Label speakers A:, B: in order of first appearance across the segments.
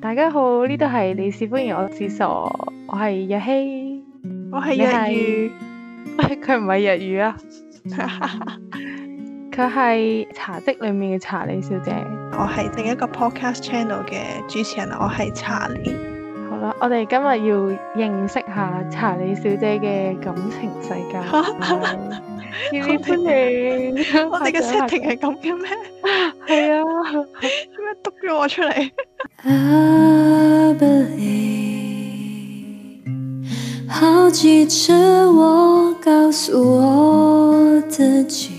A: 大家好，呢度係你是歡迎我是傻，我係日希，
B: 我係日語，
A: 佢唔係日語啊，佢係茶職裡面嘅查理小姐。
B: 我係另一個 podcast channel 嘅主持人，啊我係查理。
A: 好啦，我哋今日要認識下查理小姐嘅感情世 界，熱烈歡迎！
B: 我哋嘅 setting 係咁嘅咩？
A: 係啊，
B: 做咩督咗我出 嚟？
C: I believe，好幾次我告訴我自己，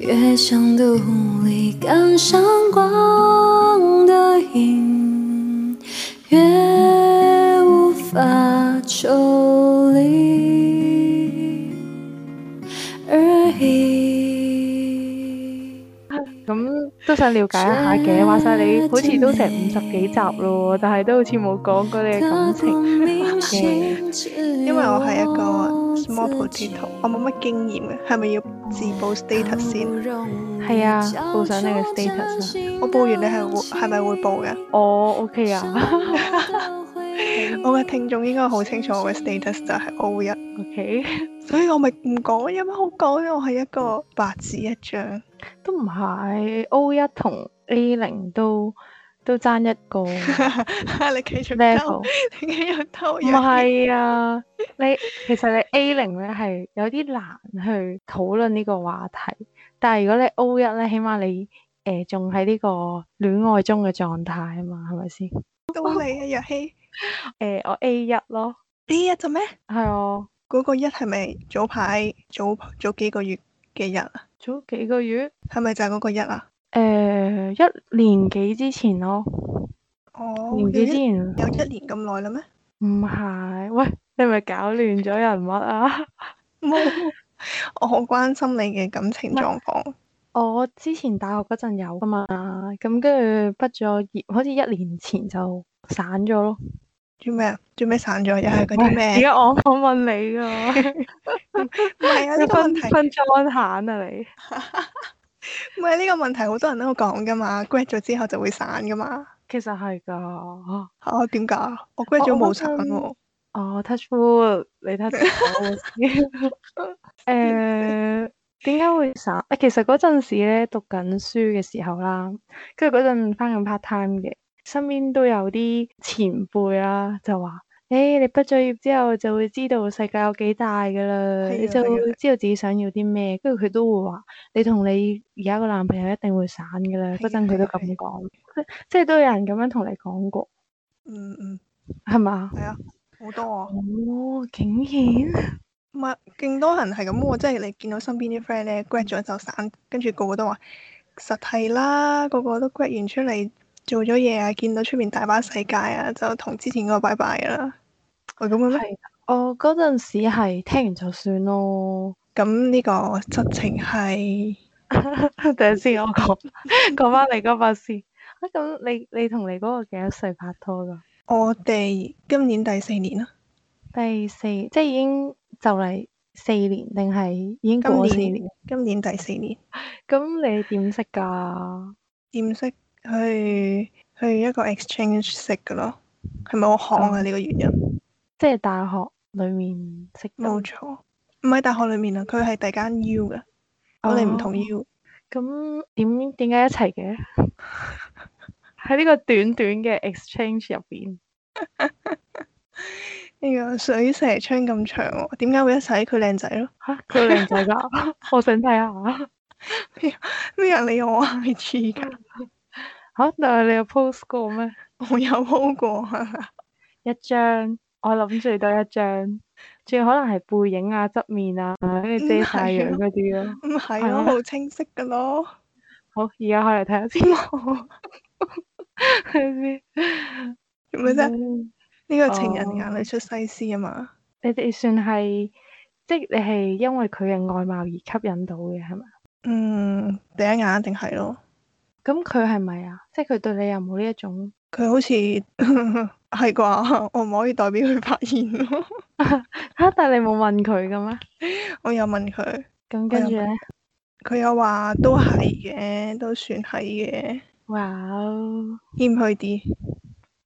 C: 越想独立赶上光的影，越无法抽离而已。
A: 咁都想了解一下
B: 嗯
A: 嘅。話晒你好似都成五十幾集咯，但係都好似冇講過你嘅感 情。
B: 因為我係一個 small potato，我冇乜經驗嘅，係咪要自報 status 先？
A: 係啊，報上你嘅 status 啊
B: 我報完你係會係咪會報嘅？
A: 我 OK 啊
B: 我嘅聽眾應該好清楚我嘅 status 就係 O 一，
A: ，OK，
B: 所以我咪唔講，有乜好講？因為我係一個白紙一張。
A: 都唔係 O 一同 A 零都都爭一 個
B: 你繼續兜
A: level，，
B: 你繼續兜
A: 唔
B: 人。
A: 係啊，你其實你 A 零咧係有啲難去討論呢個話題，但係如果你 O 一咧，起碼你誒仲喺呢個戀愛中嘅狀態啊嘛，係咪 先？誒、
B: 到你啊，若曦
A: 我 A 一咯，
B: 呢一陣咩？
A: 係啊，
B: 嗰個一係咪早排早早幾個月嘅日啊？
A: 早幾個月，誒、
B: 係咪就係嗰個一啊？
A: 一年幾之前咯，
B: 哦，
A: 年
B: 有
A: 幾
B: 一
A: 之前。
B: 有一年咁耐啦咩？
A: 唔係，喂，你係咪搞亂咗人物啊！
B: 冇，我好關心你嘅感情狀況。
A: 我之前大學嗰陣有噶嘛，咁跟住畢咗業，好似一年前就散咗咯。
B: 做咩啊？做咩散咗？又係嗰啲
A: 而
B: 咩？
A: 家我我問你噶，
B: 唔係 啊，呢
A: 你
B: 個
A: 分
B: 問題
A: 分莊閒啊你？
B: 唔係呢個問題，好多人都講噶嘛。grad 咗之後就會散噶嘛。
A: 其實係㗎，
B: 嚇點解啊？我 grad 咗
A: 我
B: 冇
A: 我
B: 散
A: 嗰陣
B: 喎。
A: 哦 touch wood，你 touch 我誒點解會散？誒其實嗰陣時咧讀緊書嘅時候啦，跟住嗰陣翻緊 part time 嘅，身邊都有啲前輩啦，就話：誒、你畢咗業之後就會知道世界有幾大㗎啦，
B: 係
A: 你
B: 啊
A: 就
B: 係啊
A: 會知道自己想要啲咩。跟住佢都會話：你同你而家個男朋友一定會散㗎啦。
B: 係啊
A: 嗰陣佢
B: 係
A: 都
B: 啊
A: 咁
B: 係啊
A: 講，即即係都有人咁樣同你講過，
B: 嗯嗯，
A: 係嘛？
B: 係啊，好多啊。
A: 哦，竟然〜
B: 唔係，勁多人係咁喎，即係你見到身邊啲 friend
A: 嗯
B: 咧 grad 咗就散，跟住個個都話實係啦，個個都 grad 完出嚟做咗嘢啊，見到出面大把世界啊，就同之前嗰個拜拜啦。係咁嘅咩？
A: 係，我嗰陣時係聽完就算咯。
B: 咁呢個實情係
A: 等陣先，我講講翻你嗰把先。啊，咁你你同你嗰個幾多歲拍拖㗎？
B: 我哋今年第四年啊啦，
A: 第四，即係已經就嚟四年，定係已經過咗四
B: 今年
A: 年？
B: 今年第四年，
A: 咁你點識㗎？
B: 點識去去一個 exchange 識嘅咯，係咪好行
A: 哦
B: 啊？呢個原因
A: 即係大學裡面識到
B: 冇錯，唔喺大學裡面啊，佢係第間 U 嘅，我哋唔同
A: 哦
B: U。
A: 咁點點解一齊嘅？喺呢個短短嘅 exchange 入邊，
B: 呢個水蛇槍咁長喎、點解會一齊？佢靚仔咯，
A: 嚇佢靚仔㗎， 我想睇下。
B: 咩人理我 I G 㗎？
A: 嚇，但係你有 post 過咩？
B: 我有 po 過，啊
A: 一張，我諗最多一張，仲有可能係背影啊、側面啊，跟住遮晒
B: 係
A: 樣
B: 啊
A: 嗰啲咯。
B: 唔係
A: 係啊
B: 咯，
A: 咩
B: 好清晰㗎咯。
A: 好，而家開嚟睇下先， 係咪
B: 做咩啫？
A: 嗯
B: 呢個情人
A: 哦
B: 眼裏出西施啊嘛。
A: 你哋算係，即係你係因為佢嘅外貌而吸引到嘅，係咪？
B: 嗯，第一眼一定係咯。
A: 咁佢係咪啊？即係佢對你有冇呢一種？
B: 佢好似 係啩？我唔可以代表佢發言咯。
A: 嚇！但係你冇問佢嘅咩？
B: 我有問佢，
A: 咁跟住咧，
B: 佢有話都係嘅，都算係嘅。
A: 哇哦，
B: 謙虛啲。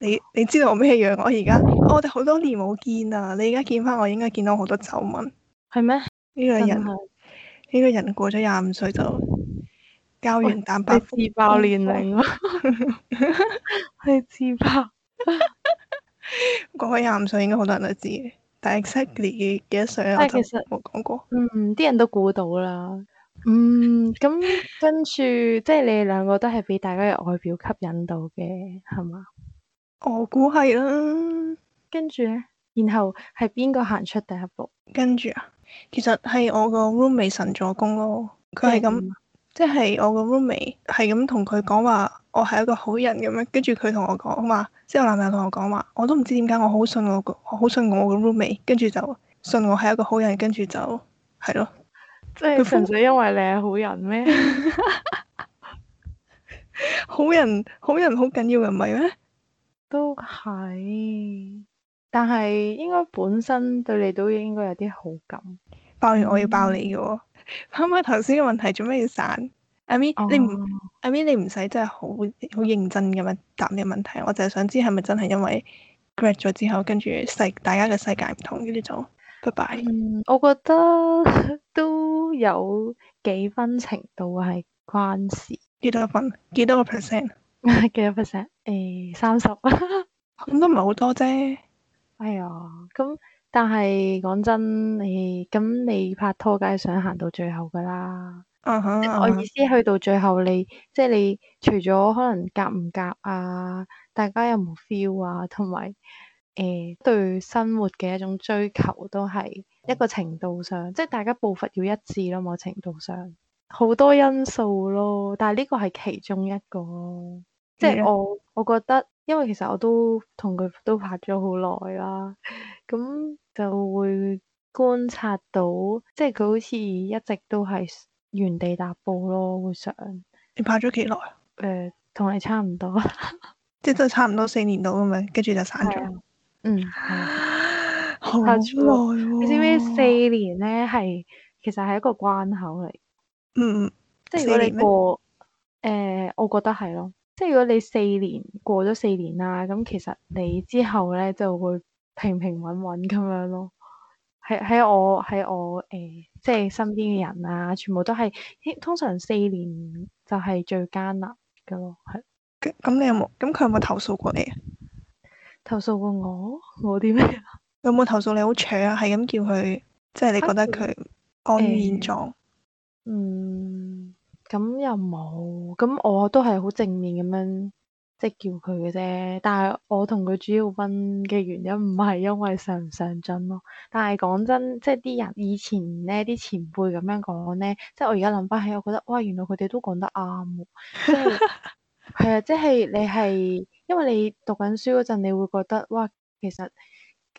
B: 你你知道我咩樣？我而家我哋好多年冇見啦，你而家見翻我應該見到好多皺紋。
A: 係咩？
B: 呢個
A: 真
B: 人
A: 係
B: 呢個人過咗廿五歲就膠原蛋白
A: 你自爆年齡咯， 係自爆。
B: 過咗廿五歲應該好多人都知嘅，但 exactly 幾多歲啊咧
A: 但
B: 我
A: 係
B: 就
A: 其實
B: 冇講過。
A: 嗯，啲人都估到啦。嗯，咁跟住即係你哋兩個都係俾大家嘅外表吸引到嘅，係嘛？
B: 我估係啦，
A: 跟住咧，然後係邊個行出第一步？
B: 跟住啊，其實係我個 roommate 神助攻咯，佢係咁，即係我個 roommate 係咁同佢講話，我係一個好人咁樣，跟住佢同我講話，即係我男朋友同我講話，我都唔知點解我好信我個，我好信我個 roommate，跟住就信我係一個好人，跟住就係咯。
A: 即係
B: 佢
A: 純粹因為你係好人咩？
B: 好人好人好緊要嘅唔係咩？
A: 都係，但係應該本身對你都應該有啲好感。
B: 爆完我要爆你嘅喎。 啱啱頭先嘅問題做咩要散？阿咪你
A: 哦
B: 唔阿咪你唔使真係好好認真咁樣答呢個問題，我就係想知係咪真係因為 grad 咗之後，跟住世大家嘅世界唔同，跟住就拜拜。
A: 嗯，我覺得都有幾分程度係關事
B: 幾多分？幾多個 percent？
A: 幾多 percent？誒，三十。
B: 咁都唔係好多啫。
A: 哎呀，咁但係講真，你咁你拍拖梗係想行到最後噶啦。
B: 嗯哼，
A: 我
B: 嗯
A: 意
B: 哼
A: 思去到最後你，即係你除咗可能夾唔夾啊，大家有冇 feel 啊，同埋誒對生活嘅一種追求都係一個程度上，即係大家步伐要一致咯，某程度上好多因素咯，但係呢個係其中一個咯。即
B: 你咧
A: 係我我覺得，因為其實我都同佢都拍咗好耐啦，咁就會觀察到，即係佢好似一直都係原地踏步咯，會想
B: 你拍咗幾耐？
A: 誒同、你差唔多，
B: 即係都差唔多四年到咁樣，跟住就散
A: 係
B: 咗。
A: 嗯，係啊
B: 好
A: 拍
B: 耐
A: 咗
B: 喎。
A: 你知唔知
B: 哦
A: 四年咧係其實係一個關口嚟，
B: 嗯？嗯
A: 即係如果
B: 四
A: 你
B: 年咩
A: 過誒、我覺得係咯，即係如果你四年過咗四年啦，咁其實你之後咧就會平平穩穩咁樣咯。喺喺我喺我誒、即係身邊嘅人啊，全部都係通常四年就係最艱難嘅咯，係。
B: 咁咁你有冇？咁佢有冇投訴過你啊？
A: 投訴過我，我啲咩啊？
B: 有冇投訴你好扯啊？係咁叫佢，即係你覺得佢安於現狀，
A: 嗯，咁又冇，咁我都係好正面咁樣即係叫佢嘅啫。但係我同佢主要分嘅原因唔係因為上唔上進咯。但係講真，即係啲人以前咧，啲前輩咁樣講咧，即係我而家諗翻起，我覺得哇，原來佢哋都講得啱喎。即係係啊，即係你係因為你讀緊書嗰陣，你會覺得哇，其實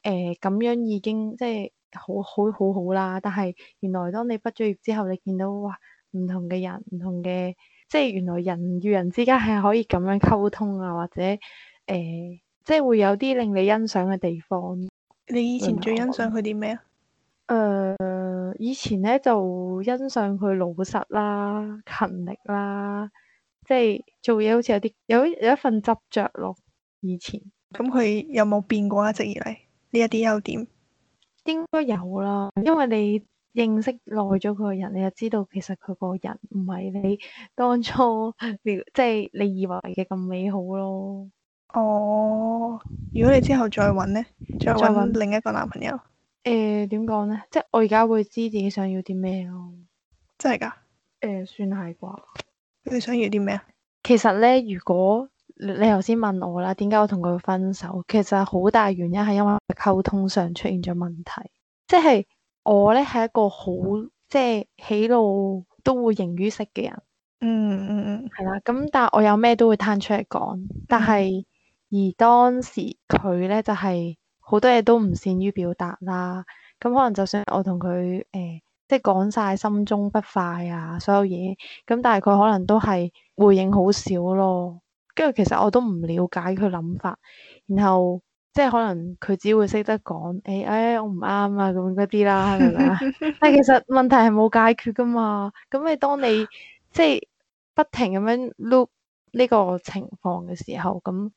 A: 誒咁樣已經即係好好好好啦。但係原來當你畢咗業之後，你見到哇唔同嘅人，唔同嘅即係原來人與人之間係可以咁樣溝通啊，或者誒、即係會有啲令你欣賞嘅地方。
B: 你以前最欣賞佢啲咩啊？
A: 誒、以前咧就欣賞佢老實啦、勤力啦，即係做嘢好似有啲有一有一份執着咯。以前
B: 咁佢有冇變過啊一直以嚟呢一啲優點？
A: 應該有啦，因為你認識耐咗佢個人，你就知道其實佢個人唔係你當初你 即係你以為嘅咁美好咯。
B: 哦，如果你之後再揾呢，再
A: 再
B: 揾
A: 搵
B: 另一個男朋友，
A: 誒點講咧？即係我而家會知自己想要啲咩咯。
B: 真係㗎？
A: 誒、算係啩。
B: 你想要啲咩啊？
A: 其實咧，如果你你頭先問我啦，點解我同佢分手？其實好大原因係因為溝通上出現咗問題，即係我咧係一個好即係喜怒都會形於色嘅人，
B: 嗯嗯嗯，
A: 係啦。咁但係我有咩都會攤出嚟講，但係而當時佢咧就係、好多嘢都唔善於表達啦。咁可能就算我同佢誒，即係講晒心中不快啊，所有嘢，咁但係佢可能都係回應好少咯。跟住其實我都唔了解佢諗法，然後即係可能佢只會識得講誒，誒、哎我唔啱啊咁嗰啲 啦，係咪啊？但係其實問題係冇解決噶嘛。咁你當你即係不停咁樣 loop 呢個情況嘅時候，咁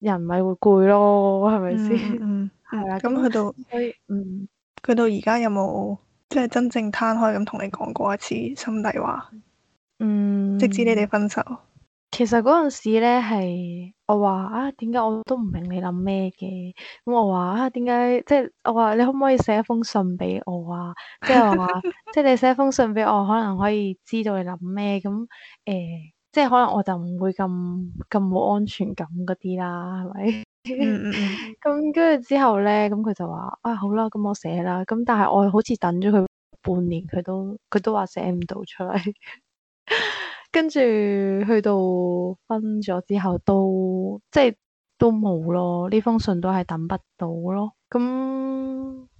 A: 人咪會攰咯，係咪先？
B: 嗯嗯
A: 係啦，
B: 咁
A: 咁
B: 去到
A: 所以嗯，
B: 佢到而家有冇即係真正攤開咁同你講過一次心底話，
A: 嗯，
B: 直至你哋分手？
A: 其實嗰陣時咧係我話啊，點解我都唔明你諗咩嘅？咁我話啊，點解即係我話你可唔可以寫一封信俾我啊？即係話即係你寫封信俾我，可能可以知道你諗咩咁誒，即係可能我就唔會咁咁冇安全感嗰啲啦，係咪？
B: 嗯嗯嗯，
A: 咁跟住之後咧，咁佢就話啊好啦，咁我寫啦。咁但係我好似等咗佢半年，佢都佢都話寫唔到出嚟。 跟住去到分咗之後，都即係都冇咯。呢封信都係等不到咯。咁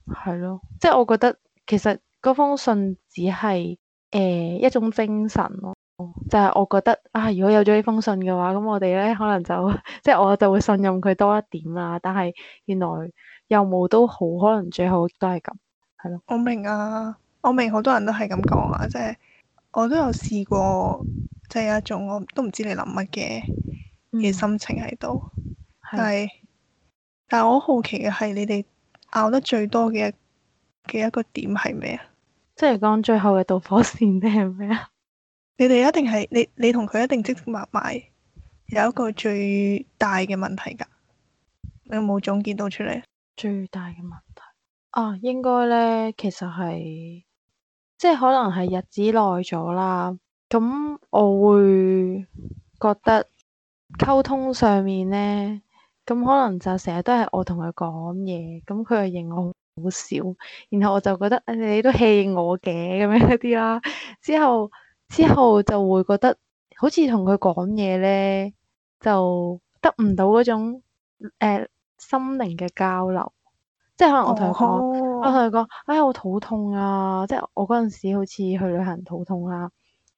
A: 係咯，即係我覺得其實嗰封信只係誒、呃一種精神咯。就係我覺得啊，如果有咗呢封信嘅話，咁我哋咧可能就即係我就會信任佢多一點啦。但係原來又冇都好，可能最後都係咁。
B: 我明啊，我明好多人都係咁講啊，即係我都有試過，即係有一種我都唔知你諗乜嘅
A: 嗯
B: 嘅心情喺度。
A: 係
B: 但係，但係我好奇嘅係你哋拗得最多嘅一嘅一個點係咩啊？
A: 即係講最後嘅導火線即係咩啊？
B: 你哋一定係你你同佢一定積積埋埋有一個最大嘅問題㗎，你有冇總結到出嚟？
A: 最大嘅問題啊，應該咧其實係即係可能係日子耐咗啦，咁我會覺得溝通上面咧，咁可能就成日都係我同佢講嘢，咁佢又認我好少，然後我就覺得誒你都棄我嘅咁樣嗰啲啦，之後之後就會覺得好似同佢講嘢咧就得唔到嗰種、呃、心靈嘅交流，即係可能哦我同佢講。我
B: 哦，
A: 同佢講，哎，我肚痛啊！即係我嗰陣時好似去旅行肚痛啦，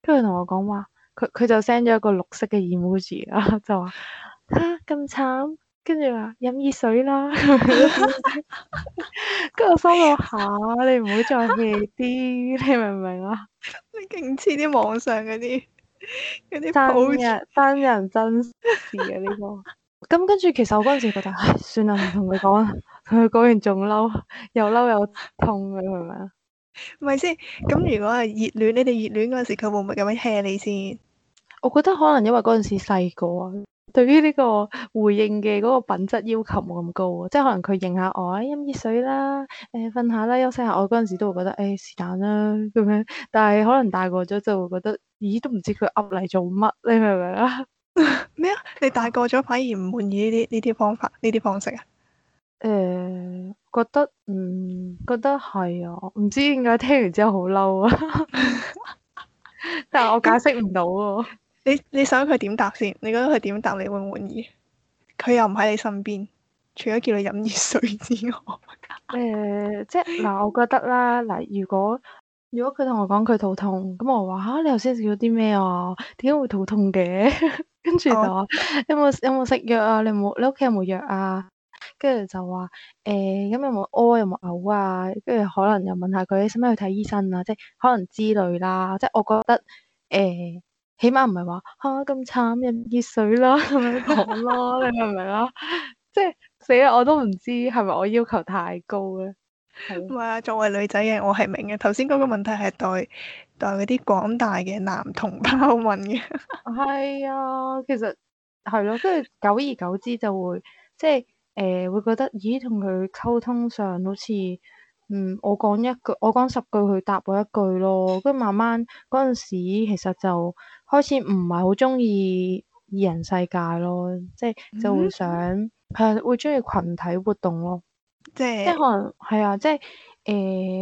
A: 跟住佢同我講話，佢佢就 send 咗一個綠色嘅 emoji 啦， 就話吓咁慘，跟住話飲熱水啦， 跟住我心諗下，你唔好再 hea 啲，你明唔明 啊？
B: 你勁似啲網上 嗰啲嗰啲 post
A: 真啊人真人真事啊呢、個。 咁跟住，其實我嗰陣時覺得，唉，算啦，唔同佢講啦，同佢講完仲嬲，又嬲又痛，你明唔明啊？
B: 唔係先，咁如果係熱戀，你哋熱戀嗰陣時，佢會唔會咁樣 hea 你先？
A: 我覺得可能因為嗰陣時細個啊，對於呢個回應嘅嗰個品質要求冇咁高啊，即係可能佢應下我啊，飲熱水啦，誒瞓下啦，休息下，我嗰陣時都會覺得誒是但啦咁樣，但係可能大個咗就會覺得，咦都唔知佢噏嚟做乜，你明唔明啊？
B: 咩啊？你大個咗反而唔滿意呢啲呢啲方法呢啲方式啊？
A: 誒、覺得嗯，覺得係啊，唔知點解聽完之後好嬲啊， 但係我解釋唔到喎。
B: 你你想佢點答先？你覺得佢點答你會滿意？佢又唔喺你身邊，除咗叫你飲熱水之外，
A: 誒、呃即係嗱，我覺得啦，嗱，如果如果佢同我講佢肚痛，咁我話吓、你頭先食咗啲咩啊？點解會肚痛嘅？ 跟住就話有冇有冇食藥啊？你有冇你屋企有冇藥啊？跟住就話誒，咁、有冇屙有冇嘔啊？跟住可能又問下佢你使唔使去睇醫生啊？即係可能之類啦。即係我覺得誒、呃起碼唔係話吓咁慘飲熱水啦咁樣講咯，你明唔明啊？即係死啦！我都唔知係咪我要求太高咧。
B: 唔係啊！作為女仔嘅我係明嘅。頭先嗰個問題係代代嗰啲廣大嘅男同胞問嘅。
A: 係啊，其實係咯，跟住久而久之就會即係誒、呃、會覺得，咦，同佢溝通上好似嗯，我講一句，我講十句，佢答我一句咯。跟住慢慢嗰陣時，其實就開始唔係好中意二人世界咯，即係就會
B: 嗯
A: 想係、啊會中意群體活動咯。
B: 即
A: 即係
B: 係
A: 可能係啊，即係誒、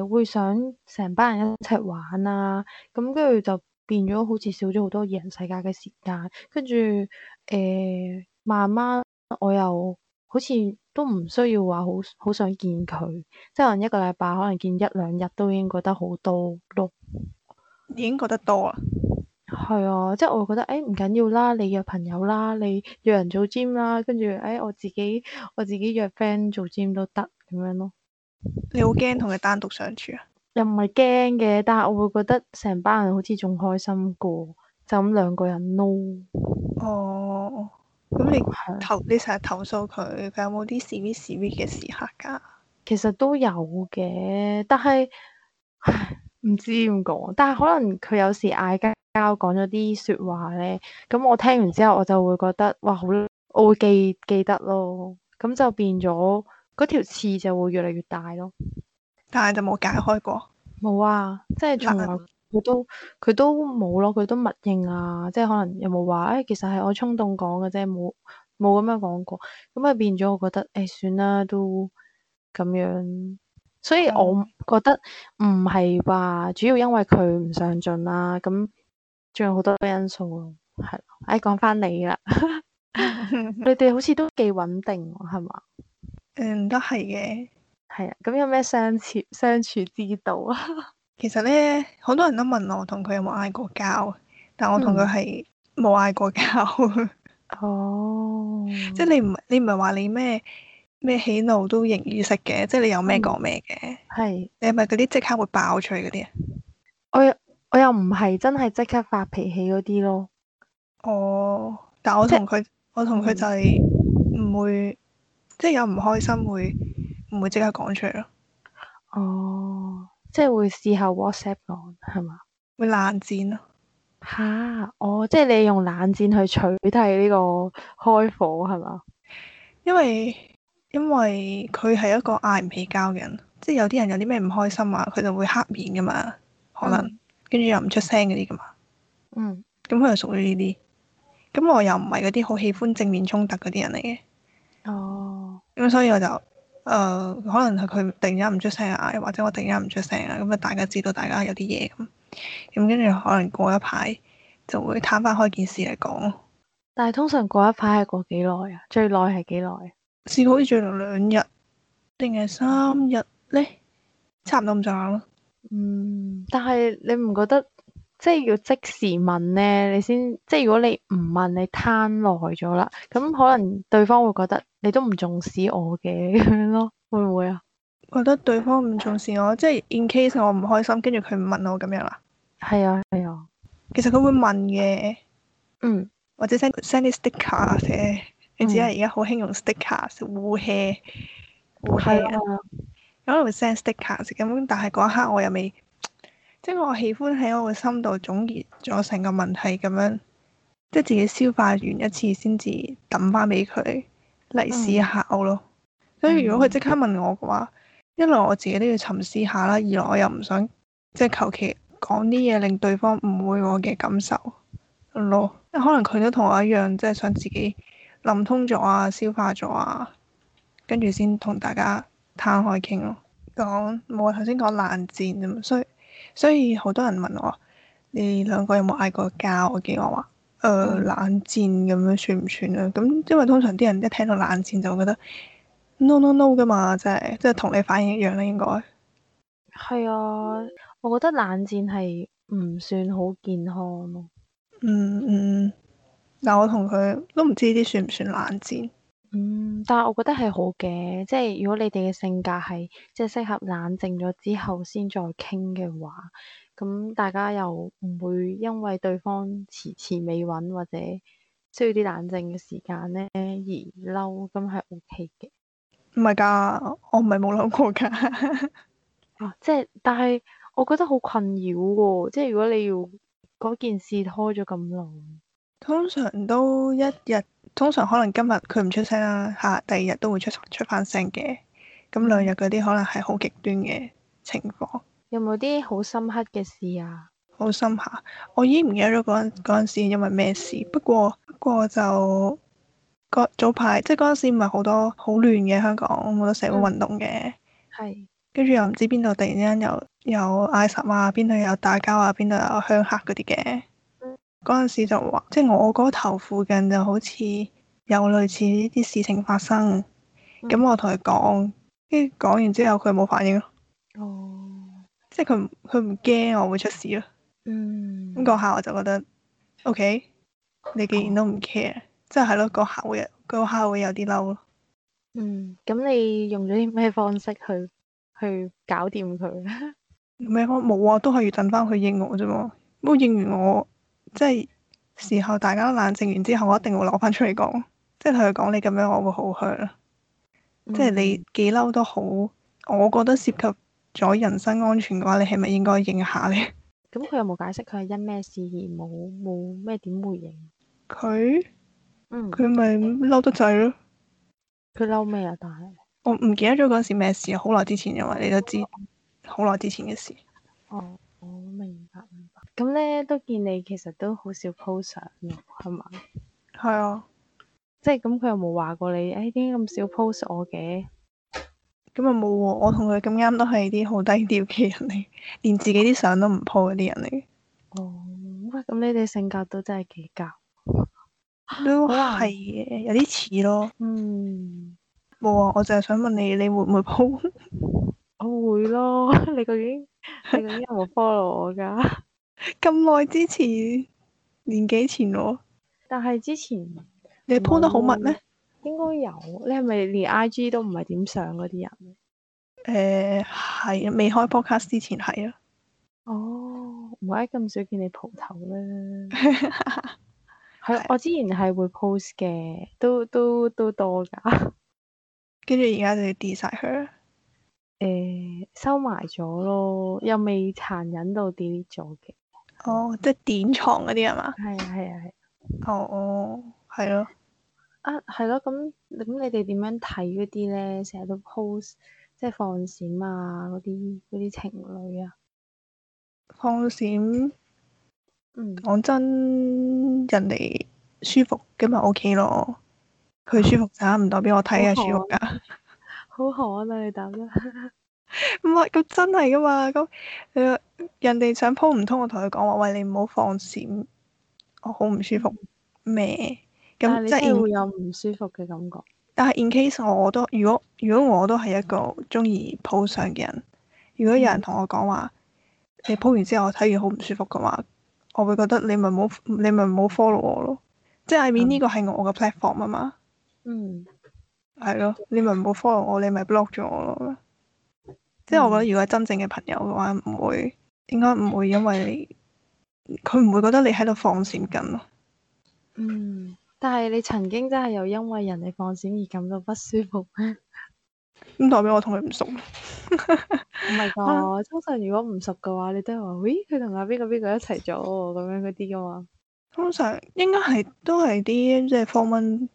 A: 呃、會想成班人一齊玩啊，咁跟住就變咗好似少咗好多二人世界嘅時間，跟住誒慢慢我又好似都唔需要話好好想見佢，即係可能一個禮拜可能見一兩日都已經覺得好多咯。
B: 已經覺得多啦。
A: 係啊，即係我會覺得，誒唔緊要啦，你約朋友啦，你約人做 gym 啦，跟住哎誒我自己我自己約 friend 做 gym 都得咁樣咯。
B: 你好驚同佢單獨相處啊？
A: 又唔係驚嘅，但係我會覺得成班人好似仲開心過，就咁兩個人咯。
B: 哦，咁你
A: 係
B: 投你成日投訴佢，佢有冇啲 sweet sweet 嘅時刻㗎？
A: 其實都有嘅，但係唉唔知點講。但係可能佢有時嗌交講咗啲説話咧，咁我聽完之後我就會覺得哇好，我會記記得咯。咁就變咗嗰條刺就會越嚟越大咯。
B: 但係就冇解開過。
A: 冇啊，即係從來佢都佢都冇咯，佢都默認啊，即係可能有冇話誒，其實係我衝動講嘅啫，冇冇咁樣講過，咁啊變咗我覺得誒、唉算啦，都咁樣，所以我
B: 哦
A: 覺得唔係話主要因為佢唔上進啦，咁仲有好多因素咯，係啦，誒、講翻你啦， 你哋好似都幾穩定喎係嘛？
B: 嗯，都係嘅。
A: 係啊，咁有咩相處相處之道啊？
B: 其實咧，好多人都問我同佢有冇嗌過交，啊但我同佢
A: 嗯
B: 係冇嗌過交。
A: 哦，
B: 即係你唔你唔係話你咩咩喜怒都形於色嘅，即係你有咩
A: 嗯
B: 講咩嘅。
A: 係。
B: 你係咪嗰啲即刻會爆出嚟嗰啲啊？
A: 我又我又唔係真係即刻發脾氣嗰啲咯，
B: 哦，但我
A: 即係
B: 同佢，我同佢
A: 嗯
B: 就係唔會，即係有唔開心會唔會即刻講出嚟咯，
A: 哦，即係會事後 WhatsApp 講係嘛？
B: 會冷戰咯。
A: 吓、哦，即係你用冷戰去取替呢個開火係嘛？
B: 因為因為佢係一個嗌唔起交嘅人，即係有啲人有啲咩唔開心啊，佢就會黑面噶嘛，可能跟住又唔出聲嗰啲噶嘛，
A: 嗯，
B: 咁佢就屬於呢啲。咁我又唔係嗰啲好喜歡正面衝突嗰啲人嚟嘅，
A: 哦，
B: 咁所以我就誒、呃可能係佢突然間唔出聲啊，或者我突然間唔出聲啊，咁啊大家知道大家有啲嘢咁，咁跟住可能過一排就會攤翻開件事嚟講咯。
A: 但係通常過一排係過幾耐啊？最耐係幾耐啊？
B: 試過好似最近兩日定係三日咧，差唔多咁上下咯。
A: 嗯，但係你唔覺得即係要即時問咧，你先即係如果你唔問，你攤耐咗啦，咁可能對方會覺得你都唔重視我嘅咁樣咯，會唔會啊？
B: 覺得對方唔重視我，即係 in case 我唔開心，跟住佢唔問我咁樣啦。
A: 係啊，係啊，
B: 其實佢會問嘅，
A: 嗯。
B: 或者 send send 啲 sticker 啫。你知啦，
A: 嗯
B: 而家好興用 sticker 互 hea 互
A: 係
B: hea 啊，
A: 啊，
B: 有可能會 send sticker 咁，但係嗰一刻我又未，即係我喜歡喺我嘅心度總結咗成個問題咁樣，即係自己消化完一次先至抌翻俾佢
A: 嗯
B: 嚟思考咯。所以如果佢即刻問我嘅話，一來我自己都要沉思下啦，二來我又唔想即係求其講啲嘢令對方誤會我嘅感受咯。可能佢都同我一樣，即係想自己諗通咗啊，消化咗啊，跟住先同大家攤開傾咯。講冇頭先講冷戰啫嘛，所以所以好多人問我你兩個有冇嗌過交？我見我話誒、呃
A: 嗯
B: 冷戰咁樣算唔算啊？咁因為通常啲人一聽到冷戰就會覺得 no no no 噶嘛，即係即係同你反應一樣啦，應該
A: 係啊，我覺得冷戰係唔算好健康咯。
B: 嗯嗯。但我同佢都唔知呢啲算唔算冷戰，
A: 嗯，但係我覺得係好嘅，即係如果你哋嘅性格係即係適合冷靜咗之後先再傾嘅話，咁大家又唔會因為對方遲遲未揾或者需要啲冷靜嘅時間呢而嬲，咁係 OK 嘅。
B: 唔係㗎，我唔係冇諗過㗎。
A: 啊，即係，但係我覺得好困擾喎，即係如果你要嗰件事拖咗咁耐，
B: 通常都一日，通常可能今日佢唔出聲啦，下第二日都會出出翻聲嘅。咁兩日嗰啲可能係好極端嘅情況，
A: 有冇啲好深刻嘅事啊？
B: 好深下。我已經唔記得咗嗰陣嗰陣時因為咩事，不過不過就嗰早排即係嗰陣時唔係好多好亂嘅香港，好多社會運動嘅，
A: 係，
B: 跟住又唔知邊度突然間又有嗌霎啊，邊度有打交啊，邊度有鄉客嗰啲嘅
A: 嗯。
B: 嗰陣時就話，即係我嗰頭附近就好似有類似呢啲事情發生。咁、
A: 嗯
B: 我同佢講，跟住講完之後佢冇反應咯，
A: 哦，
B: 即係佢唔佢唔驚我會出事咯。
A: 嗯，哦
B: 咁嗰下我就覺得，OK，你既然都唔 care，即係係咯，嗰下會有嗰下會有啲嬲咯。
A: 嗯，咁你用咗啲咩方式去去搞掂佢？
B: 咩方冇啊？都係要等翻佢應我啫嘛。不過應完我，即係事後大家都冷靜完之後，我一定會攞翻出嚟講，即係同佢講你咁樣，我會好 hurt 啦。 即係
A: 嗯
B: 你幾嬲都好，我覺得涉及咗人身安全嘅話，你係咪應該應下咧？
A: 咁佢有冇解釋佢係因咩事而冇冇咩點回應？
B: 佢
A: 嗯，
B: 佢咪嬲得滯咯。
A: 佢嬲咩啊？但係
B: 我唔記得咗嗰陣時咩事，好耐之前，因為你都知好耐之前嘅事。
A: 哦，我明白明白。咁咧都見你其實都好少 po 相喎，係嘛？
B: 係啊，
A: 即係咁，佢有冇話過你？誒點解咁少 post 我嘅？
B: 咁啊冇喎，我同佢咁啱都係啲好低調嘅人嚟，連自己啲相都唔 po 嗰啲人嚟，
A: 哦，喂，咁你哋性格都真係幾夾。
B: 都
A: 好啊
B: 係嘅，有啲似咯。
A: 嗯，
B: 冇啊，我就係想問你，你會唔會 po？
A: 我哦會咯。 你究竟你究竟有冇 follow 我㗎？
B: 咁耐之前，年幾前喎，
A: 但係之前
B: 你 po 得好密咩？
A: 應該有。你係咪連 IG 都唔係點上嗰啲人？
B: 誒係、啊未開 podcast 之前係啊，
A: 哦，唔怪得咁少見你蒲頭啦。啊係，我之前係會 post 嘅，都都都多㗎。
B: 跟住而家就要 delete 晒佢啦。
A: 誒、收埋咗咯，又未殘忍到 delete 咗嘅。
B: 哦，即係典藏嗰啲係嘛？
A: 係啊係啊係啊。
B: 哦哦，係咯。
A: 啊，係咯，咁咁你哋點樣睇嗰啲咧？成日都 post 即係放閃啊，嗰啲嗰啲情侶啊，
B: 放閃，
A: 嗯，
B: 講真，人哋舒服咁咪 OK 咯。佢舒服咋，唔代表我睇啊舒服噶。
A: 好可愛啊！你答得，
B: 唔係，咁真係噶嘛？咁誒人哋想 po 唔通，我同佢講話，喂，你唔好放閃，我好唔舒服咩？
A: 嗯但係
B: 咁
A: 你
B: 即
A: 真係
B: 係
A: 會
B: in-
A: 有唔舒服嘅感覺。
B: 但係 in case 我都如果如果我都係一個中意 po 相嘅人，如果有
A: 嗯
B: 人同我講話，你 po 完之後我睇完好唔舒服嘅話，我會覺得你咪唔好你咪唔好 follow 我咯。即係 I mean
A: 嗯
B: 呢個係我嘅 platform 啊嘛，
A: 嗯，
B: 係咯，你咪唔好 follow 我，你咪 block 咗我咯。即係我覺得，如果係真正嘅朋友嘅話，唔會應該唔會因為你，佢唔會覺得你喺度放閃緊咯。
A: 嗯，但係你曾經真係有因為人哋放閃而感到不舒服咩？
B: 咁代表我同佢唔熟，
A: 唔係 㗎，通常如果唔熟嘅話，你都係話，咦，佢同阿邊個邊個一齊咗喎，咁樣嗰啲㗎嘛。
B: 通常應該係都係啲即係 form one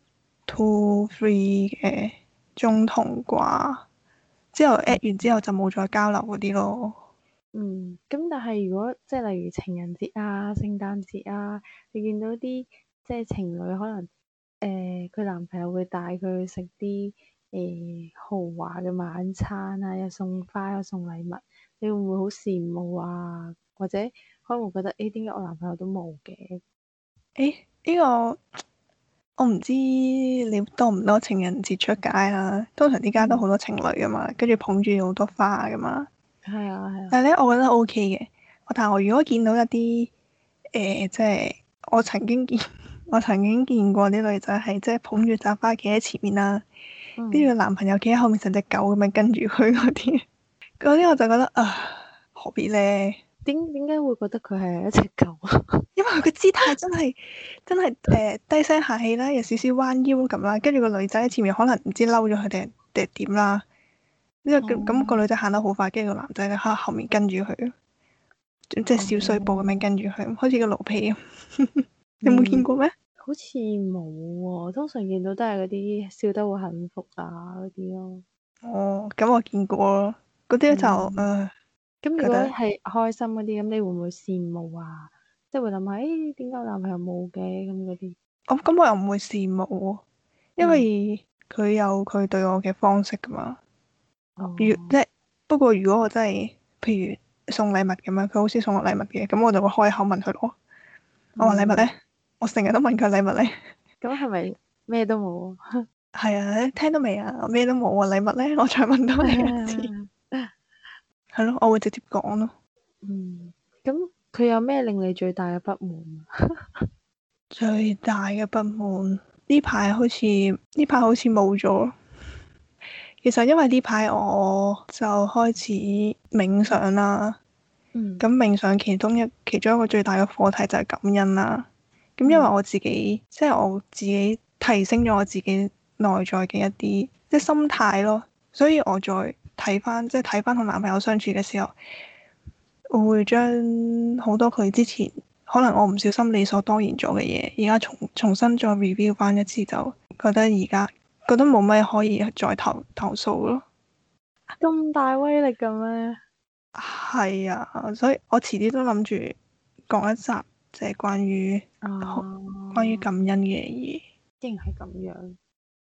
B: two three 嘅中同啩，之後 at 完之後就冇再交流嗰啲咯。
A: 嗯，咁但係如果即係例如情人節啊、聖誕節啊，你見到啲即係情侶可能誒佢、男朋友會帶佢去食啲誒豪華嘅晚餐啊，又送花又送禮物，你會唔會好羨慕啊？或者可能會覺得誒點解我男朋友都冇嘅？
B: 誒呢個我唔知你多唔多情人節出街啦，通常啲街都好多情侶噶嘛，跟住捧住好多花噶嘛。
A: 係啊係啊，
B: 但係咧，我覺得 O K 嘅。我但係我如果見到一啲誒、呃即係我曾經見，我曾經見過啲女仔係即係捧住扎花企喺前面啦，
A: 嗯
B: 跟住男朋友企喺後面成隻狗咁樣跟住佢嗰啲， 嗰啲我就覺得啊，何必咧？
A: 點點解會覺得佢係一隻狗啊？
B: 因為佢個姿態真係真係誒、呃低聲下氣啦，有少少彎腰咁啦，跟住個女仔喺前面可能唔知嬲咗佢定定係點啦，呢個咁咁個女仔行得好快，跟住個男仔咧喺後面跟住佢，即係小碎步咁樣跟住佢，好似個奴婢咁。你冇見過咩？
A: 好似冇喎，通常見到都係嗰啲笑得好幸福啊嗰啲咯。
B: 哦，咁我見過咯，嗰啲就誒
A: 嗯、
B: 呃
A: 咁如
B: 覺
A: 果
B: 得
A: 係開心嗰啲，咁你會唔會羨慕啊？即係會諗下，誒點解我男朋友冇嘅咁嗰啲？
B: 我咁我又唔會羨慕喎，因為佢有佢對我嘅方式噶嘛。
A: 哦
B: 如即係不過，如果我真係譬如送禮物咁樣，佢好少送我禮物嘅，咁我就會開口問佢攞。
A: 嗯
B: 我話禮物？咧，我成日都問佢禮物咧，
A: 咁係咪咩都冇啊？
B: 係啊，你聽到未啊？我咩都冇啊，禮物咧，我再問多你 一
A: 啊
B: 次，係咯，我會直接講咯。
A: 嗯，咁佢有咩令你最大嘅不滿啊？
B: 最大嘅不滿呢排好似呢排好似冇咗。其實因為呢排我就開始冥想啦。
A: 嗯，
B: 咁冥想其中一其中一個最大嘅課題就係感恩啦。咁因為我自己即係我自己提升咗我自己內在嘅一啲即係心態咯，所以我再睇翻即係睇翻同男朋友相處嘅時候，我會將好多佢之前可能我唔小心理所當然咗嘅嘢，而家重重新再 review 翻一次，就覺得而家覺得冇咩可以再投投訴咯。
A: 咁大威力嘅咩？
B: 係啊，所以我遲啲都諗住講一集，即係關於好
A: 嗯
B: 關於感恩嘅嘢。
A: 啊竟然係咁樣，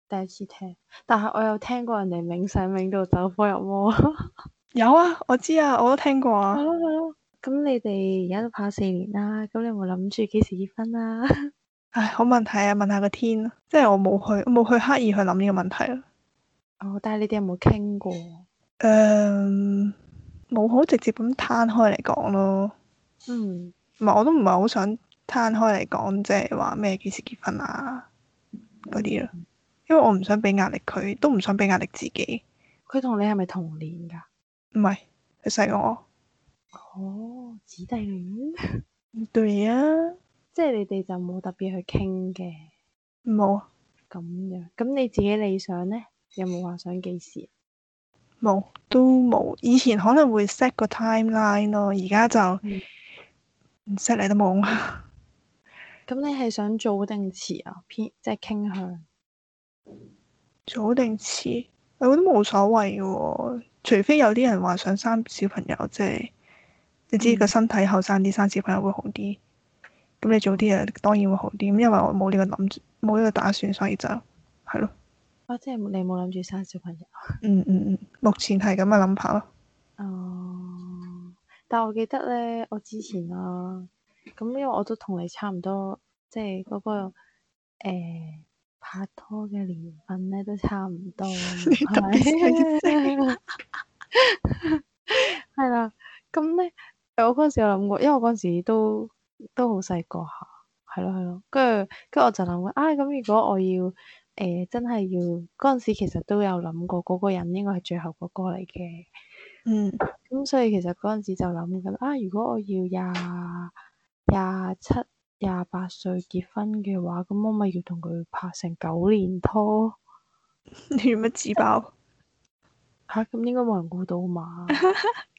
A: 第一次聽。但係我有聽過人哋冥想冥到走火入魔。係
B: 有啊，我知啊，我都聽過啊。
A: 咯係咯。 咁你哋而家都跑四年啦，咁你有冇諗住幾時結婚啊？
B: 唉，好問題啊，問下個天啊，即係我冇去冇去刻意去諗呢個問題啦。啊
A: 哦，但係你哋有冇傾過？
B: 誒、冇好直接咁攤開嚟講咯。
A: 嗯，
B: 唔係，我都唔係好想攤開嚟講，即係話咩幾時結婚啊嗰啲咯。因為我唔想俾壓力佢，都唔想俾壓力自己。
A: 佢同你係咪同年㗎？
B: 唔係，佢細我。
A: 哦，姊弟戀，
B: 對啊，
A: 即係你哋就冇特別去傾嘅
B: 冇啊
A: 咁樣。咁你自己理想呢？有冇話想幾時？啊
B: 冇都冇。以前可能會 set 個 timeline 咯，而家就
A: 嗯
B: 唔 set 你都冇用。
A: 咁你係想早定遲啊？偏即係傾向。
B: 早定遲，我覺得冇所謂嘅喎，除非有啲人話想生小朋友，即係你
A: 嗯
B: 知個身體後生啲，生小朋友會好啲。咁你早啲啊，當然會好啲。咁因為我冇呢個諗，冇呢個打算，所以就係咯，
A: 哦，即係你冇諗住生小朋友。
B: 嗯嗯嗯，目前係咁嘅諗法咯。
A: 哦，但我記得咧，我之前啦，咁因為我都同你差唔多，即係嗰個誒拍拖嘅年份咧都差唔多，啊係咪？係啦，咁咧，誒我嗰陣時有諗過，因為我嗰陣時都都好細個下，係咯係咯，跟住跟住我就諗過，啊咁如果我要誒、真係要嗰陣時，其實都有諗過嗰個人應該係最後嗰個嚟嘅。
B: 嗯
A: 咁所以其實嗰陣時就諗緊啊，如果我要廿廿七、廿八歲結婚嘅話，咁我咪要同佢拍成九年拖
B: 你做乜自爆？
A: 吓，咁、應該冇人估到嘛？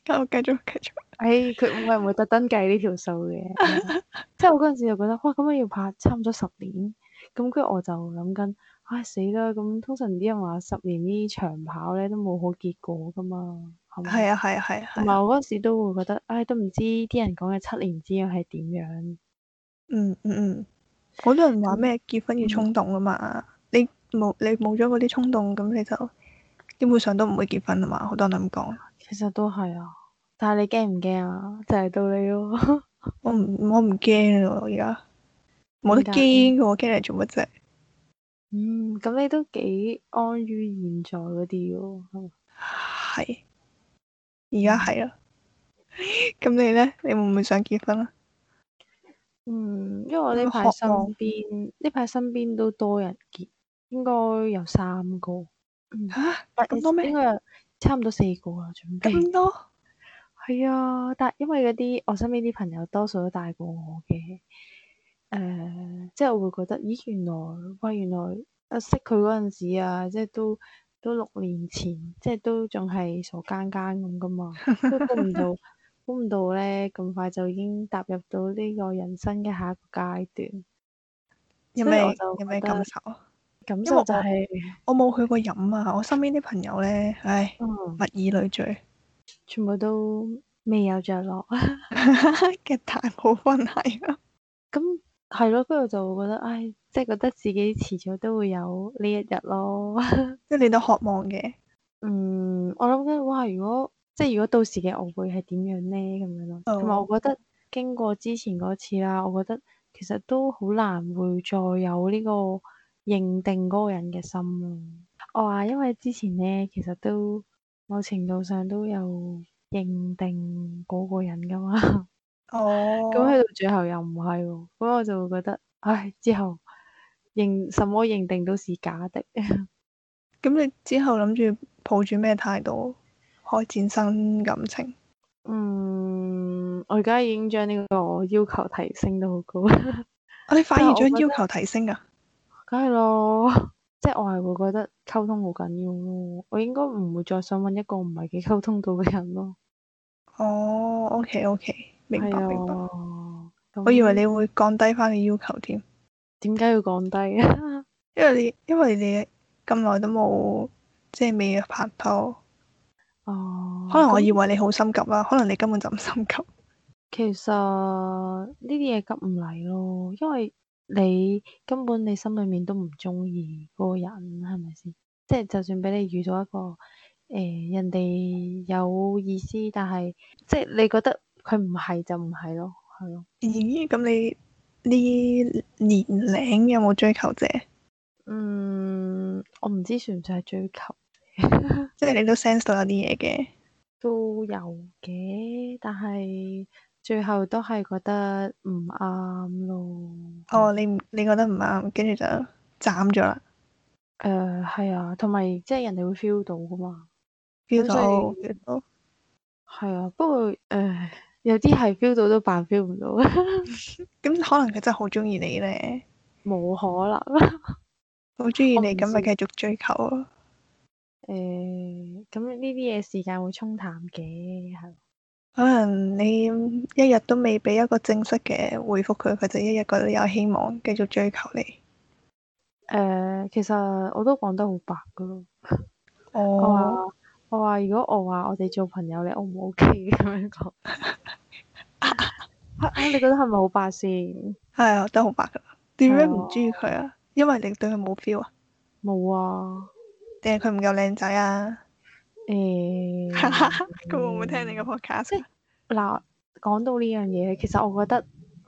B: 咁我繼續繼續。
A: 唉，佢冇人會特登計呢條數嘅。 係啊即係我嗰陣時就覺得哇，咁我要拍差唔多十年，咁跟住我就諗緊，唉、死啦！咁通常啲人話十年呢長跑咧都冇好結果噶嘛，係咪？
B: 係啊係啊係啊
A: 同
B: 係啊。
A: 埋我嗰時都會覺得，唉，都唔知啲人講嘅七年之癢係點樣。
B: 嗯嗯嗯，好多人話咩結婚要衝動啊嘛，你冇你冇咗嗰啲衝動，咁你就基本上都唔會結婚啊嘛，好多人都咁講。
A: 其實都係啊，但係你驚唔驚啊？ 就係到你咯。
B: 我唔我唔驚咯，而家冇得
A: 點解
B: 驚嘅，我驚嚟做乜啫？
A: 嗯，咁你都幾安於現在嗰啲喎。係咪
B: 係，而家係啦。 咁你咧，你會唔會想結婚啊？
A: 嗯，因為我
B: 有冇
A: 呢排
B: 渴
A: 身
B: 望
A: 邊呢排身邊都多人結，應該有三個，嗯，
B: 吓
A: 但
B: 咁多咩
A: 應該有差唔多四個啦，準備。
B: 咁多？
A: 係啊，但因為嗰啲我身邊啲朋友多數都大過我嘅，誒、呃即係我會覺得，咦，原來喂，原來啊識佢嗰陣時啊，即係都都六年前，即係都仲係傻更更咁噶嘛，都估唔到， 估唔到咧咁快就已經踏入到呢個人生嘅下一個階段，所以
B: 有咩
A: 我就
B: 有咩
A: 覺
B: 感
A: 得
B: 受啊？
A: 感
B: 因為
A: 受就
B: 我
A: 係、
B: 我冇去過飲啊，我身邊啲朋友咧，唉，
A: 嗯，
B: 物以類聚
A: 全部都未有着落。
B: 嘅大好婚係啊。
A: 咁係咯，跟住就會覺得，唉，即係覺得自己遲早都會有呢一日咯。
B: 即係你都渴望嘅，
A: 嗯，我諗緊，哇！如果即係如果到時嘅我會係點樣呢？咁樣咯，同埋
B: 哦
A: 我覺得經過之前嗰次啦，我覺得其實都好難會再有呢個認定嗰個人嘅心咯。我話因為之前呢，其實都某程度上都有認定嗰個人噶嘛。
B: 哦，
A: 咁去到最後又唔係喎，咁我就會覺得，唉，之後認什麼認定都是假的，
B: 咁你之後諗住抱住咩態度開展新感情？
A: 嗯，我而家已經將呢個要求提升到好高，
B: 啊，你反
A: 但係
B: 而
A: 我
B: 將
A: 覺
B: 要求提升啊？
A: 梗係咯，即係我係會覺得溝通好緊要咯。我應該唔會再想揾一個唔係幾溝通到嘅人咯。
B: 哦，OK OK，明白
A: 係
B: 明白。
A: 啊，
B: 我以為
A: 咁
B: 你會降低翻你要求添，
A: 點解要降低啊？
B: 因為你因為你咁耐都冇即係未拍拖，
A: 哦，
B: 可能
A: 咁
B: 我以為你好心急啦，可能你根本就唔心急。
A: 其實呢啲嘢急唔嚟咯，因為你根本你心裏面都唔中意嗰個人，係咪先？即係就算俾你遇到一個誒、呃人哋有意思，但係即係你覺得佢唔係就唔係咯，係咯。
B: 咦？咁你呢年齡有冇追求者？
A: 嗯，我唔知算唔算係追求，
B: 即係你都 sense 到有啲嘢嘅。
A: 都有嘅，但係最後都係覺得唔啱咯。
B: 哦，你唔你覺得唔啱，跟住就斬咗啦
A: 誒係啊，同埋即係人哋會 feel 到噶嘛。
B: ，feel
A: 咁
B: 到
A: 所
B: feel 到。
A: 係啊，不過誒、唉有啲係 feel 到都扮 feel 唔到，
B: 咁可能佢真係好中意你咧，
A: 冇可能。
B: 好中意
A: 我唔
B: 你，咁咪
A: 知
B: 繼續追求咯。
A: 誒咁呢啲嘢時間會沖淡嘅，係
B: 可能你一日都未俾一個正式嘅回覆佢，佢就一日覺得有希望，繼續追求你。
A: 誒、其實我都講得好白噶咯。我話
B: 哦，
A: 我話如果我話我哋做朋友，你 O 唔 O K 咁樣講？ 啊啊你覺得係咪好白先？
B: 係啊，都好白噶。點解唔中意佢啊？因為你對佢冇 feel 啊？
A: 冇啊，
B: 定係佢唔夠靚仔啊？
A: 誒、
B: 佢會唔會聽你
A: 嗯
B: 嘅 podcast？啊
A: 嗱，講到呢樣嘢，其實我覺得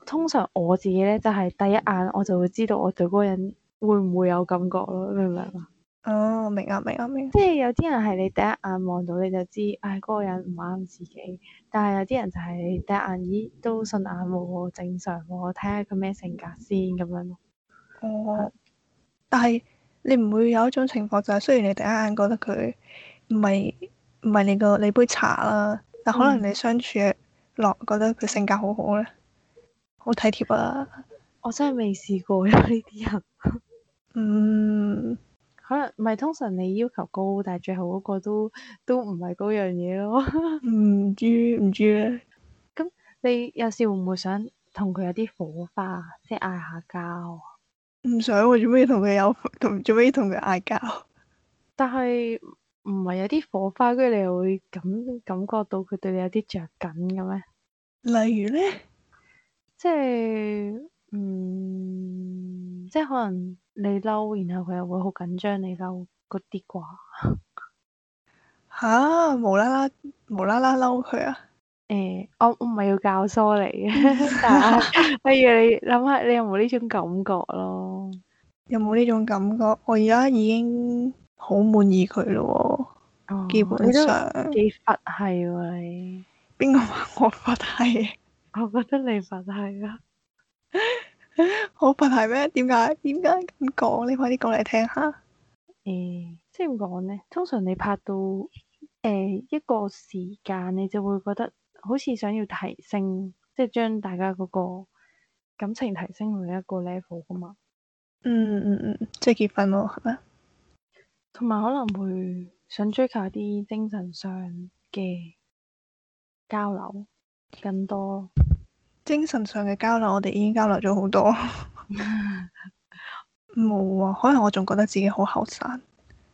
A: 通常我自己咧，就係、第一眼我就會知道我對嗰個人會唔會有感覺咯，明唔明啊？
B: 哦，明啊，明啊，明啊。
A: 即係有啲人係你第一眼望到你就知，唉、嗰、個人唔啱自己。但係有啲人就係你第一眼，咦都順眼喎，正常喎，睇下佢咩性格先咁樣咯。
B: 哦，但係你唔會有一種情況就係，雖然你第一眼覺得佢唔係唔係你個你杯茶啦，但可能
A: 嗯
B: 你相處落覺得佢性格好好咧，好體貼啊。
A: 我真係未試過有呢啲人，
B: 嗯，
A: 可能唔係通常你要求高，但係最後嗰個都都唔係嗰樣嘢咯。
B: 唔知唔知咧。
A: 你有時會唔會想同佢有啲火花，啊即係嗌下交？啊
B: 唔想喎，做咩要同佢有同做咩要同佢嗌交？
A: 但係唔係有啲火花，跟住你又會感感覺到佢對你有啲着緊嘅咩？
B: 例如咧，
A: 即係嗯，即係可能你嬲，然後佢又會好緊張你嬲嗰啲啩？
B: 吓、無啦啦無啦啦嬲佢啊！
A: 誒、我我唔係要教唆你嘅，但 係不如你諗下，你有冇呢種感覺咯？
B: 有冇呢種感覺？我而家已經好滿意佢咯
A: 哦
B: 喎，基本上
A: 你都幾佛係喎你，
B: 邊個話我佛系？
A: 我覺得你佛係啊。
B: 我佛系咩？點解？點解咁講？你快啲講嚟聽下。
A: 誒、即係點講咧？通常你拍到誒、一個時間，你就會覺得好似想要提升，即係將大家嗰個感情提升到一個 level 噶嘛。
B: 嗯嗯嗯，即係結婚咯，係咪？
A: 同埋可能會想追求一啲精神上嘅交流更多。
B: 精神上嘅交流，我哋已經交流咗好多。冇啊，可能我仲覺得自己好後生，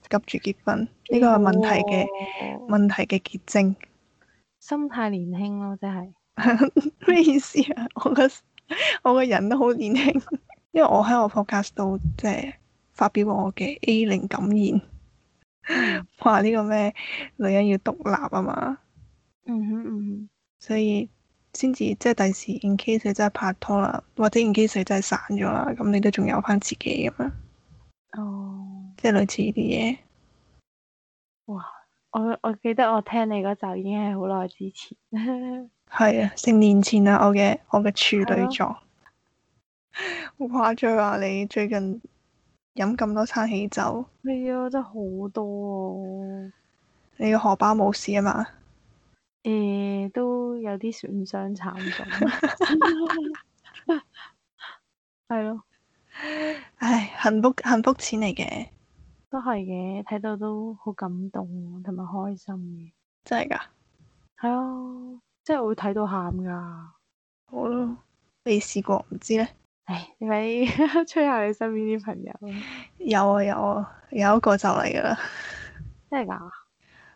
B: 急住結婚，呢個係問題嘅
A: 嘅
B: 問題嘅結晶。
A: 心態年輕咯，即係
B: 咩意思啊？我個 我個人都好年輕，因為我喺我 podcast 度即係發表過我嘅 A 零感言，話呢個咩女人要獨立啊嘛，
A: 嗯哼嗯
B: 所以先至即係第時 in case 你真係拍拖啦，或者 in case 你真係散咗啦，咁你都仲有翻自己咁樣，
A: 哼哦。
B: 即係類似呢啲嘢。
A: 我我記得我聽你嗰集已經係好耐之前。
B: 係啊，成年前啊，我嘅我嘅處女
A: 係
B: 座，好誇張啊！你最近飲咁多餐喜酒，
A: 係啊，真係好多啊！
B: 你個荷包冇事啊嘛？
A: 誒、都有啲損傷慘重。係咯，
B: 唉，幸福幸福錢嚟嘅，
A: 都係嘅，睇到都好感動同埋開心嘅。
B: 真係㗎。
A: 係啊，即係我會睇到喊㗎。
B: 好咯，未試過唔知咧。
A: 唉，你咪 吹下你身邊啲朋友，
B: 有啊有啊，有一個就嚟㗎啦。
A: 真係㗎？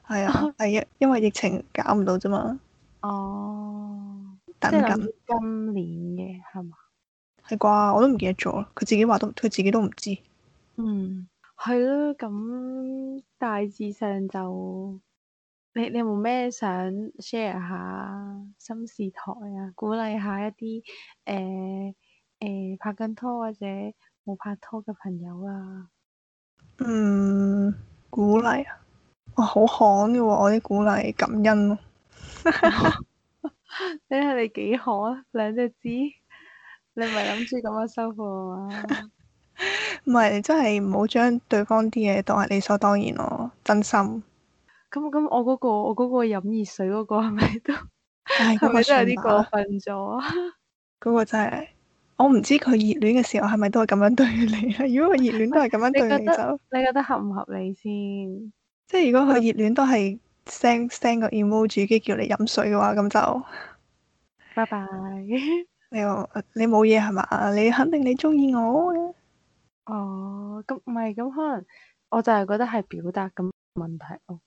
B: 係 啊，係因因為疫情搞唔到啫嘛，
A: 哦，
B: 等
A: 即係諗
B: 緊
A: 住今年嘅係嘛？
B: 係啩？我都唔記得咗，佢自己話都佢自己都唔知。
A: 嗯，係咯，咁大致上就你你有冇咩想 share 下心事台啊？鼓勵下一啲誒誒拍緊拖或者冇拍拖嘅朋友啊？
B: 嗯，鼓勵啊，哇，好罕嘅喎，我啲鼓勵感恩咯，
A: 你睇你幾可啊？兩隻字，你唔係諗住咁樣收貨啊 嘛？
B: 唔係你真係唔好將對方啲嘢當係理所當然咯，真心。
A: 咁咁，我嗰個我嗰個飲熱水嗰個係咪都
B: 唉， 嗰
A: 係咪都
B: 個
A: 有
B: 算
A: 啲過
B: 吧，
A: 分咗啊？
B: 嗰個真係，我唔知佢熱戀嘅時候係咪都係咁樣對你啊？ 如果佢熱戀都係咁樣
A: 你覺
B: 對你
A: 得
B: 就，
A: 你覺得合唔合理先？
B: 即係如果佢熱戀都係 send send 個 emoji 跟住叫你飲水嘅話，咁就
A: 拜拜。
B: 你話你冇嘢係嘛？你肯定你中意我啊嘅，
A: 哦，咁唔係咁，可能我就係覺得係表達咁問題咯。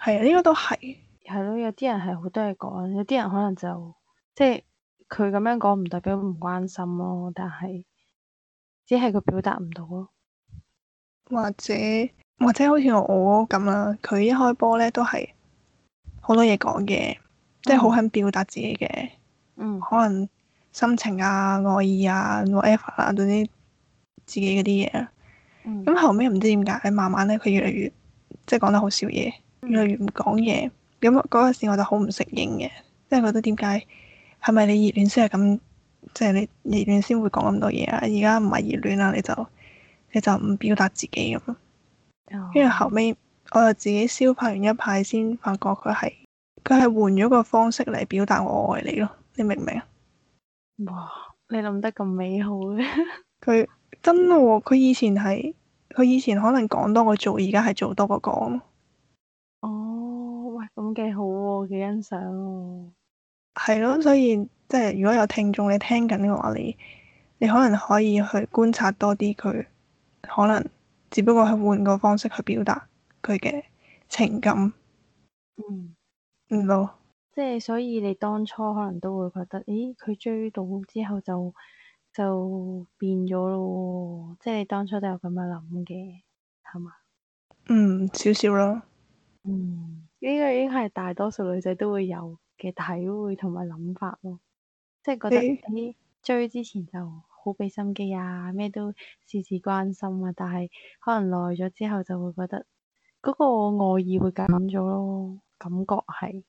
B: 係啊，呢個都係，
A: 係咯，有啲人係好多嘢講，有啲人可能就即係佢咁樣講唔代表唔關心咯，但係只係佢表達唔到咯。
B: 或者或者好似我咁啦，佢一開波咧都係好多嘢講嘅，即係好肯表達自己嘅，
A: 嗯
B: 可能心情啊、愛意啊、whatever 啊，總之自己嗰啲嘢啦。
A: 嗯
B: 咁後尾唔知點解，慢慢咧佢越嚟越即係講得好少嘢，越嚟越唔講嘢。咁嗰陣時我就好唔適應嘅，即係覺得點解係咪你熱戀先係咁，即係你熱戀先會講咁多嘢啊？而家唔係熱戀啦，你就你就唔表達自己咁。
A: 哦
B: 跟住後尾我又自己消化完一排，先發覺佢係佢係換咗個方式嚟表達我愛你咯。你明唔明啊？
A: 哇，你諗得咁美好嘅，
B: 佢真喎、佢以前係佢以前可能講多過做，而家係做多過講咯。
A: 哦，喂，咁幾好喎，幾欣賞喎。
B: 係咯，所以即係如果有聽眾你聽緊嘅話，你你可能可以去觀察多啲佢，可能只不過係換個方式去表達佢嘅情感，
A: 嗯，
B: 唔咯，
A: 即係所以你當初可能都會覺得，咦，佢追到之後就就變咗咯喎，即係你當初都有咁樣諗嘅，係嘛？
B: 嗯，少少咯，
A: 嗯，呢個應該係大多數女仔都會有嘅體會同埋諗法咯，即係覺得
B: 你
A: 喺追之前就好俾心機啊，咩都事事關心啊，但係可能耐咗之後就會覺得嗰個愛意會減咗咯，感覺係。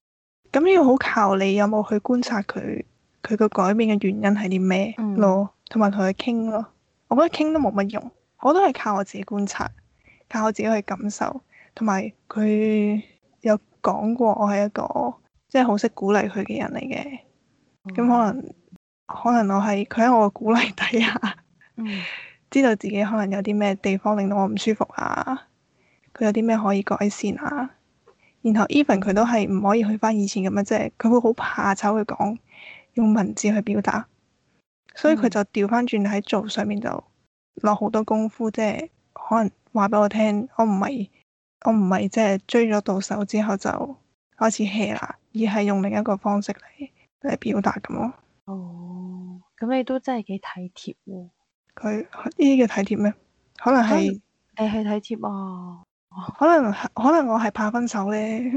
B: 咁呢個好靠你有冇去觀察佢佢個改變嘅原因係啲咩
A: 嗯
B: 咯，同埋同佢傾咯。我覺得傾都冇乜用，我都係靠我自己觀察，靠我自己去感受，同埋佢有講過我係一個即係好識鼓勵佢嘅人嚟嘅。咁可能可能我係佢喺我嘅鼓勵底下，
A: 嗯，
B: 知道自己可能有啲咩地方令到我唔舒服啊，佢有啲咩可以改善啊。然後 even 佢都係唔可以去翻以前咁樣，即係佢會好怕醜去講，用文字去表達，所以佢
A: 嗯
B: 就調翻轉喺做上面就落好多功夫，即係可能話俾我聽，我唔係我唔係即係追咗到手之後就開始 hea 啦，而係用另一個方式嚟嚟表達咁咯。
A: 哦，咁你都真係幾體貼喎，
B: 佢呢啲叫體貼咩？可能係，
A: 你係體貼啊，
B: 可能係可能我係怕分手咧，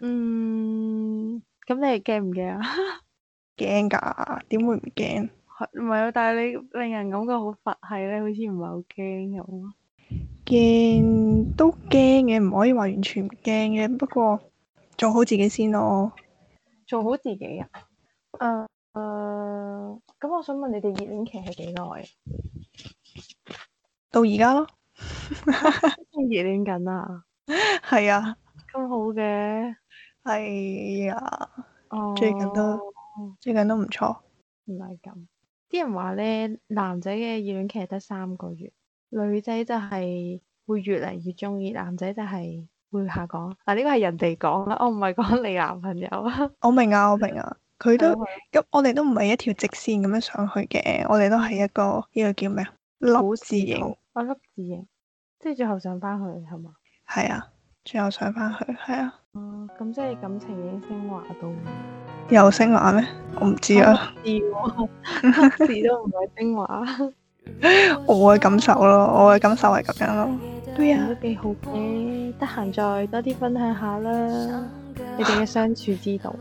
A: 嗯，咁你驚唔驚啊？
B: 驚㗎，點會唔驚？
A: 係唔係啊？但係你令人感覺好佛系咧，好似唔係好驚咁啊。
B: 驚都驚嘅，唔可以話完全唔驚嘅。不過做好自己先咯。
A: 做好自己啊！誒、誒，呃咁我想問你哋熱戀期係幾耐啊？
B: 到而家咯，
A: 仲熱戀緊啊！
B: 係啊，
A: 咁好嘅，
B: 係啊，
A: 哦，
B: 最近都最近都唔錯。
A: 唔係咁。啲人話咧，男仔嘅熱戀期係得三個月，女仔就係會越嚟越中意，男仔就係會下降。嗱，呢個係人哋講啦，我唔係講你男朋友啊。
B: 我明啊，我明啊，佢
A: 係
B: 都
A: 咯
B: 咁，我哋都唔係一條直線咁樣上去嘅，我哋都係一個呢個叫咩啊？
A: 股
B: 粒
A: 字
B: 字形
A: 形，我粒字形，即係最後上翻去係嘛？
B: 係啊，最後上翻去係啊，
A: 哦，咁即係感情已經升華到
B: 又升話咩？我唔知啊，
A: 字喎，粒字都唔係升華，
B: 我嘅感受咯，我嘅感受係咁樣咯。對
A: 咁
B: 啊
A: 都，幾好嘅。得閒再多啲分享下啦，你哋嘅相處之道。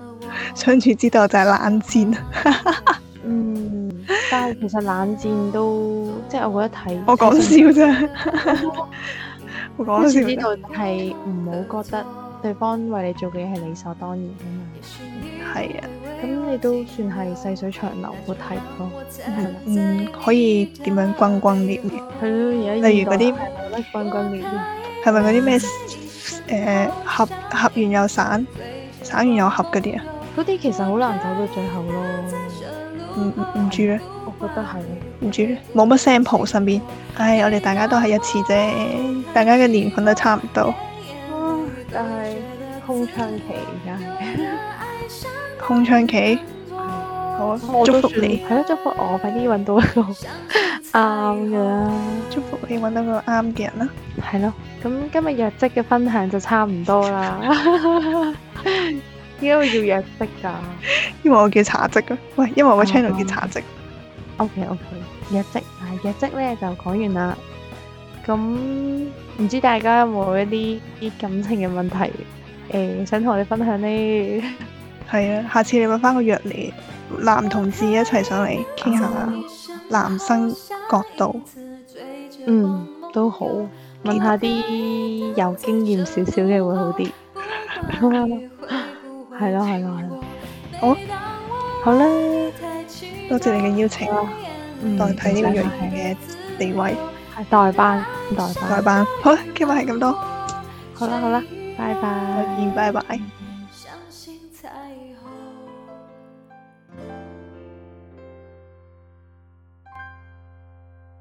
B: 相處之道就係冷戰，啊
A: 嗯，但係其實冷戰都即係我覺得睇，
B: 我講笑啫，我講笑
A: 相處之
B: 啫，
A: 道係唔好覺得對方為你做嘅嘢係理所當然啊嘛。
B: 係啊，
A: 咁你都算係細水長流個題咯，係咪？
B: 嗯，
C: "Ừ,
B: 可以點樣轟轟烈烈？
A: 係咯，而家
B: 例如嗰啲
A: 係覺得滾滾烈烈。
B: 係咪嗰啲咩
C: ờ,
B: 誒合合完又散，散完又合嗰啲啊？
A: 嗰啲其實好難走到最後咯，
B: 唔
C: Ừ,
B: 唔唔知咧，
A: 我覺得係。
B: 唔知咧，冇乜 sample 身邊。唉，我哋大家都係一次啫，大家嘅年份都差唔多，
A: 但係空窗期而家係，
B: 空窗期。好啊，
A: 我
B: 祝
A: 都
B: 福
A: 算
B: 你，
A: 係咯，祝福我快啲揾到一 個啱嘅啦。
B: 祝福你揾到個啱嘅人啦。
A: 係咯，咁今日藥劑嘅分享就差唔多啦。 點解會要藥劑㗎
B: 因為我叫茶職啊，喂，因為我個
A: 哦
B: channel 叫茶職。
A: ？OK OK，藥劑啊，藥劑咧就講完啦。咁唔知大家有冇一啲啲感情嘅問題誒、想同我哋分享呢？
B: 係啊，下次你揾翻個約你男同志一齊上嚟傾下
C: 嗯
B: 男生角度，
A: 嗯，都好， 問下啲有經驗少少嘅會好啲。係咯係咯係咯，
B: 好，
A: 好啦，
B: 多謝你嘅邀請，啊
A: 嗯
B: 代替呢個
A: 唔使
B: 約
A: 客氣
B: 員嘅地位
A: 係代班代
B: 代
A: 班，
B: 班。好啦，今日係咁多，
A: 好啦好啦，拜
B: 再
A: 拜。
B: 見，拜拜。
C: 相信彩虹。